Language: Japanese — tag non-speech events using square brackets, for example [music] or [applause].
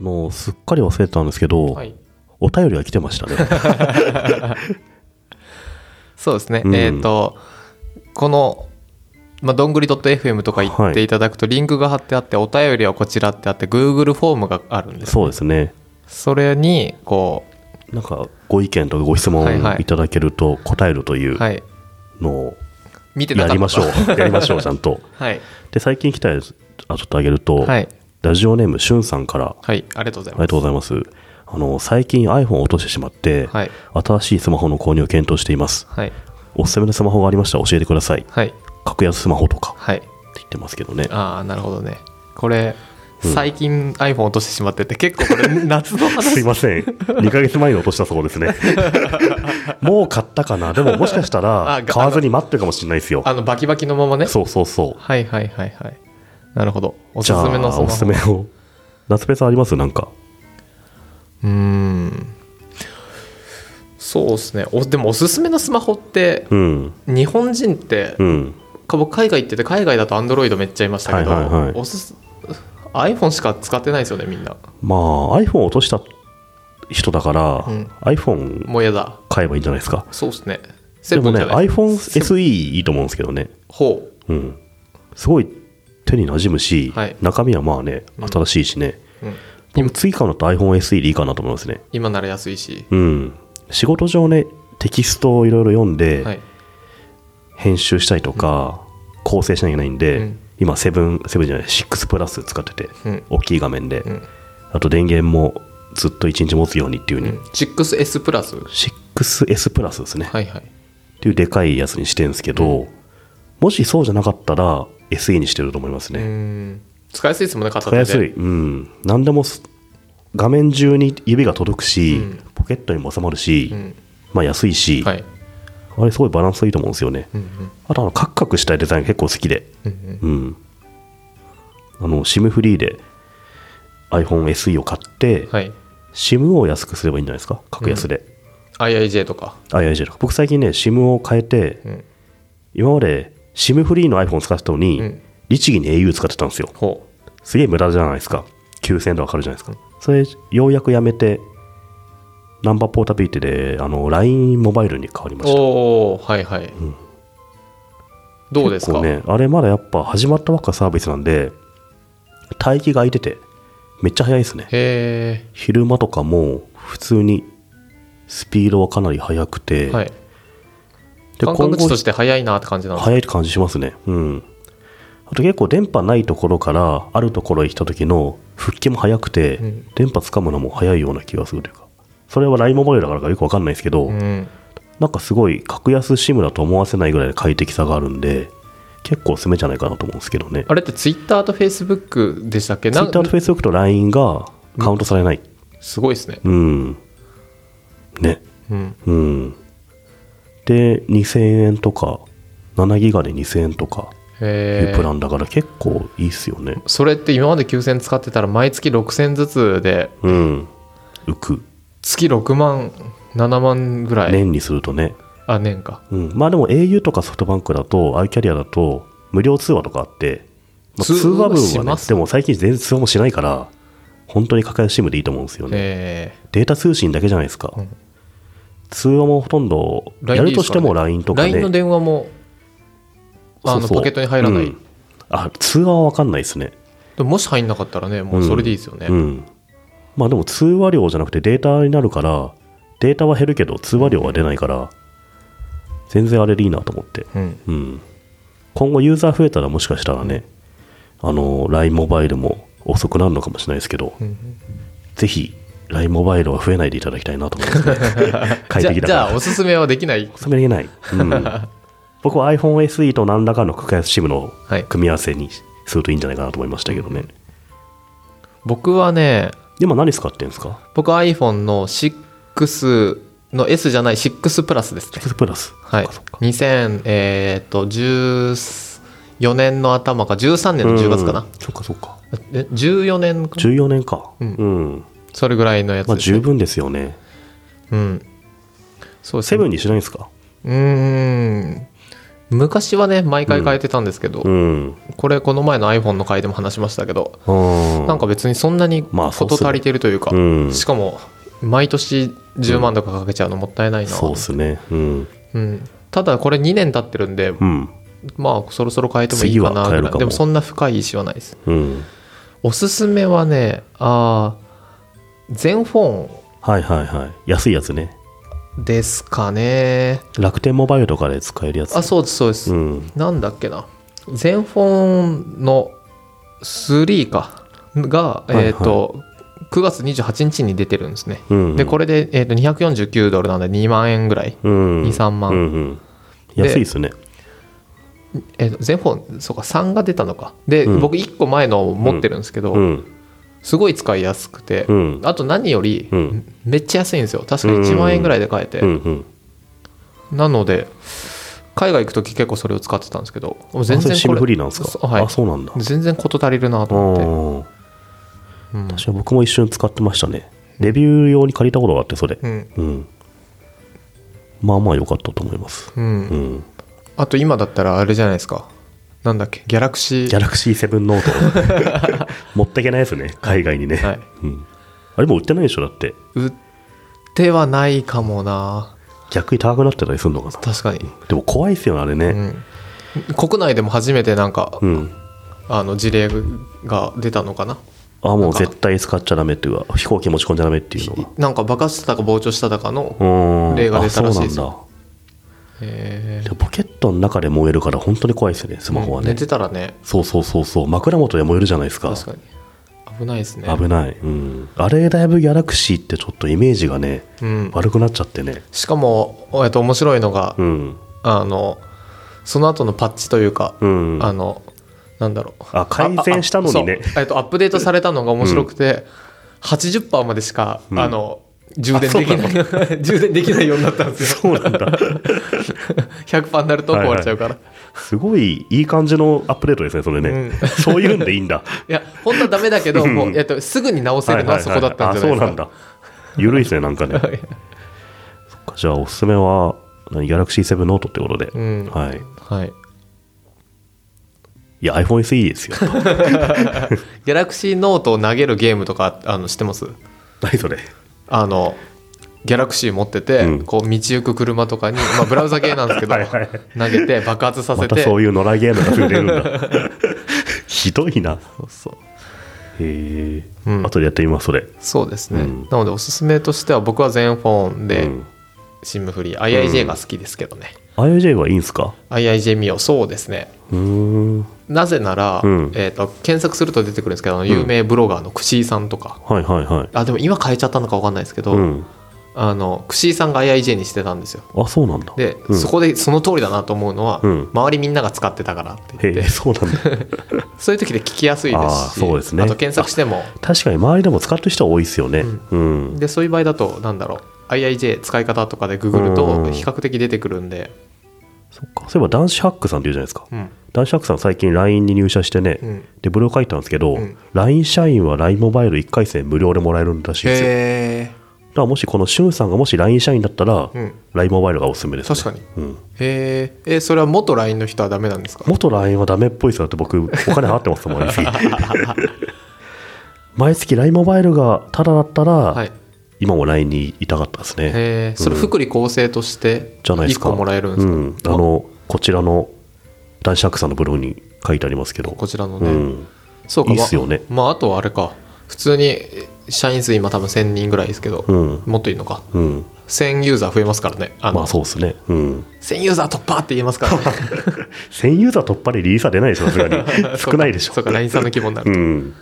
あのすっかり忘れてたんですけど、はい、お便りが来てましたね [laughs] そうですね、うんえっ、とこの、まあ、どんぐり .fm とか言っていただくとリンクが貼ってあって、お便りはこちらってあって Google フォームがあるんですそうですねそれにこなんかご意見とかご質問はいはいいただけると答えるといううはいのを見てやなかったりましょ [laughs] うやりましょうちゃんとはいで最近来たやつあちょっとあげると、はいラジオネームしゅんさんからあはいありがとうござりいまがすとうございますあの最近 iPhone を落としてしまって、はい新しいスマホの購入を検討していますはいおすすめのスマホがありましたら教えてくださいはい格安スマホとかってはい言ってますけどねああなるほどねこれ最近 iPhone 落としてしまってて結構これ夏のすい話ません2ヶ月前に落としたそう [laughs] ですねもう買ったかなでももしかしたらあが買わずに待ってるかもしれないですよあのバキバキのままねそうそうそうはいはいはいはいなるほどおすじすゃめのスあマホおすすめを夏ペさんありますなんかうーんそうですねおでもおすすめのスマホってうん日本人って、うんか僕海外行ってて海外だとアンドロイドめっちゃいましたけど、はいはいはいおすす iPhone しか使ってないですよねみんなまあ iPhone を落とした人だから、うん iPhone もうやだ買えばいいんじゃないですかそうですねセでブもンじねゃない iPhoneSE いいと思うんですけどねほうんすごい手に馴染むし、はい中身はまあねうん新しいしね、う、うん、僕次買うのと iPhoneSE でいいかなと思いますね今なら安いし、うん、仕事上ねテキストをいろいろ読んで、はい、編集したりとか、構成しなきゃいけないんで、うん今セブンセブンじゃない6プラス使ってて、うん大きい画面で、うんあと電源もずっと1日持つようにっていうふうに、 6S プラス 6S プラスですね、はいはいっていうでかいやつにしてるんですけど、もしそうじゃなかったら SE にしてると思いますうーね、ん使いやすいですもんね片手使いでやすい、うん、何でもす画面中に指が届くし、うんポケットにも収まるし、うんまあ安いし、はいあれすごいバランスいいと思うんですよね、うんうんあとあのカクカクしたデザイン結構好きで、うんうんうん、あの SIM フリーで iPhoneSE を買って、はい SIM を安くすればいいんじゃないですか格安で、 IIJ とか、 IIJ とか僕最近ね SIM を変えて、うん、今まで SIM フリーの iPhone 使ってたのに、うん律儀に au 使ってたんですよほすげえ無駄じゃないですか9000円とかかかるじゃないですかそれようやくやめてナンバーポータビリティであの LINE モバイルに変わりうましたおおはいはい、どうですこか、うねあれまだやっぱ始まったばっかサービスなんで待機が空いててめっちゃ早いですねへ昼間とかも普通にスピードはかなり速くて、え、はい、で今感覚値後として早いなって感じなんですか速い感じしますねうんあと結構電波ないところからあるところへ来た時の復帰も速くて、うん電波つかむのも速いような気がするというかそれは LINE モバイルだからかよくわかんないですけど、うん、なんかすごい格安 SIM だと思わせないぐらいの快適さがあるんで結構おすすめじゃないかなと思うんですけどねあれってツイッターとフェイスブックでしたっけツイなッターとフェイスブックと LINE がカウントされない。すごいですね、うん。ね。うん、うん。で、2000円とか、7ギガで2000円とかいうへえプランだから結構いいっすよね。それって今まで9000使ってたら毎月6000ずつでうん。浮く。月6万7万ぐらい、年にするとね。あ年かうん。まあでも au とかソフトバンクだと、i キャリアだと、無料通話とかあって、まあ、通通話話し分はまね、すでも最近全然通話もしないから、本当に格安 SIM でいいと思うんですよね。えデータ通信だけじゃないですか。うん通話もほとんど、 LINE やるとしても LINE とかね。 LINE の電話もあのそうそうポケットに入らない、うんあ通話は分かんないですねでももし入んなかったらねもうそれでいいですよね、うんまあでも通話量じゃなくてデータになるからデータは減るけど通話量は出ないから全然あれでいいなと思ってうんうん今後ユーザー増えたらもしかしたらねあの LINE モバイルも遅くなるのかもしれないですけど、んぜひ LINE モバイルは増えないでいただきたいなと思いますね快 [laughs] じゃ適だじかゃあらおすすめはできないそれ言えない、うん、僕は iPhoneSE と何らかの格安 SIM のはい組み合わせにするといいんじゃないかなと思いましたけどね、僕はね今何使ってんですか僕 iPhone の6の S じゃない6プラスですね ?6 プラスはいそっか2014年の頭か13年の10月かなうん、そっかそっかえ14年か14年かううんん、それぐらいのやつまあですね、十分ですよねうんそうですセねブンにしないんですかうーん昔はね毎回変えてたんですけど、うん。これこの前の iPhone の回でも話しましたけど、ななんか別にそんなにまあ事足りてるというか、うんしかも毎年10万とかかけちゃうのもったいないな、そうっすね。うん。うん、ただこれ2年経ってるんでうん。まあそろそろ変えてもいいかな次は変えぐるらかもいでもそんな深い意思はないですうん。おすすめはねあー全フォはいはいはい。安いやつね。ンですかね楽天モバイルとかで使えるやつ。あそうですそうです、うん。なんだっけな全フォンの3かが、いはいえっ、と9月28日に出てるんですね、うん。でこれで、えー、と249ドルなんで2万円ぐらい、うん。 2 3万うんうん。安いっすね。えー、と全フォンそうか3が出たのかで、うん僕1個前のを持ってるんですけど、うん。すごい使いやすくて、うん。あと何より、うんめっちゃ安いんですよ確か1万円ぐらいで買えて、うんうん。なので海外行く時結構それを使ってたんですけどもう全あそれ然シこムフれリーなんですそかはいあ、そうなんだ。全然事足りるなと思ってうん。うん確かに僕も一瞬使ってましたね。レビュー用に借りたことがあって、それ。うんうん。まあまあ良かったと思います。うんうん。あと今だったらあれじゃないですかなんだっけギャラクギシーャラクシー7ノー [laughs] ト。持っていけないですね、海外にね。はいうん、あれもう売ってないでしょ、だって。売ってはないかもな逆に高くなってたりするのかな。確かに、でも怖いですよね、あれうね。ん、国内でも初めてなんか、うん。あの事例が出たのかなあ、もなんうか絶対使っちゃダメっていうか、飛行機持ち込んじゃダメっていうのが。なんか爆発したか膨張したかの、うん。例が出たらしいあでそうすなんだ。えでもポケットの中で燃えるから本当に怖いですよね、スマホーはね。寝てたらねそうそうそうそう。枕元で燃えるじゃないですか。確かに危ないですね危ない。うん。あれ、だいぶギャラクシーってちょっとイメージがね、うん、悪くなっちゃってね。しかも、えっと、面白いのが、うん。あのその後のパッチというか、うん。あのなんだろうあ改善したのにねあああそうえっと、アップデートされたのが面白くて、80%までしか、んあの充電できない [laughs] 充電できないようになったんですよそうなん [laughs] だ。 100%になると壊れちゃうから、すごいいい感じのアップデートですね、それね。うんそういうんでいいんだ。いや本当はダメだけど、うんもう、えっと、すぐに [laughs] 直せるのはそこだったんじゃないですか、あ、そうなんだ。ゆるいですね、なんかね。そっかじゃあ、おすすめは、何ギャラクシー7ノートってことで。うんはい。 [laughs] はい、いや、iPhone SE ですよ。 [laughs] ギャラクシーノートを投げるゲームとかあの知ってます何それ。あのギャラクシー持ってて、うんこう道行く車とかに、まあ、ブラウザ系なんですけど [laughs] はいはい投げて爆発させまて、たそういう野良ゲームが増えてるん [laughs] だ。ひどいな。そうそうへえ、うん後でやってみます、それ。そうですね、うんなのでおすすめとしては僕は全フォンで、うんシムフリー IIJ が好きですけどね、 IOJ はいいんすか IIJ ミオそうですねうーん。なぜなら、うんえー、と検索すると出てくるんですけどあの有名ブロガーのクシーさんとか、はいはいはい。あでも今変えちゃったのか分かんないですけど、うん。あのクシーさんが IIJ にしてたんですよあ、そうなんだ。で、うんそこでその通りだなと思うのは、うん周りみんなが使ってたからってへ言ってえ、そうなんだ。 [laughs] そういう時で聞きやすいであすーしそうですねあと検索しても確かに周りでも使ってる人は多いですよね。うん。でそういう場合だとなんだろう IIJ 使い方とかでググるうんと比較的出てくるんで、そっか。そういえば男子ハックさんって言うじゃないですか。うん男子ハックさん最近 LINE に入社してね、うんで、ブログ書いたんですけど、うん LINE 社員は LINE モバイル1回戦無料でもらえるらしいですよ。だへからもしこのシュンさんがもし LINE 社員だったら、うん LINE モバイルがおすすめです、ね。確かにうん。ええーそれは元 LINE の人はダメなんですか元 LINE はダメっぽいですよ。だって僕、お金払ってますもん、LINE 毎月 LINE モバイルがタダだったら、はい今も LINE にいたかったですね。えーそれ福利厚生としてじゃないです1か。個もらえるんですかうん、あの、こちらの男子博さんのブログに書いてありますけど。こちらのうね、ん。そうかいいっすよねまあまああとはあれか普通にえ社員数今多分1000人ぐらいですけど、うんもっといいのかうん。 1000ユーザー増えますからねあの、まあそうですね。うん。 1000ユーザー突破って言えますから [laughs] ね [laughs] 1000ユーザー突破でリリースは出ないでしょ、さすがに。少ないでしょ。そうか LINE さんの規模になうると、ん。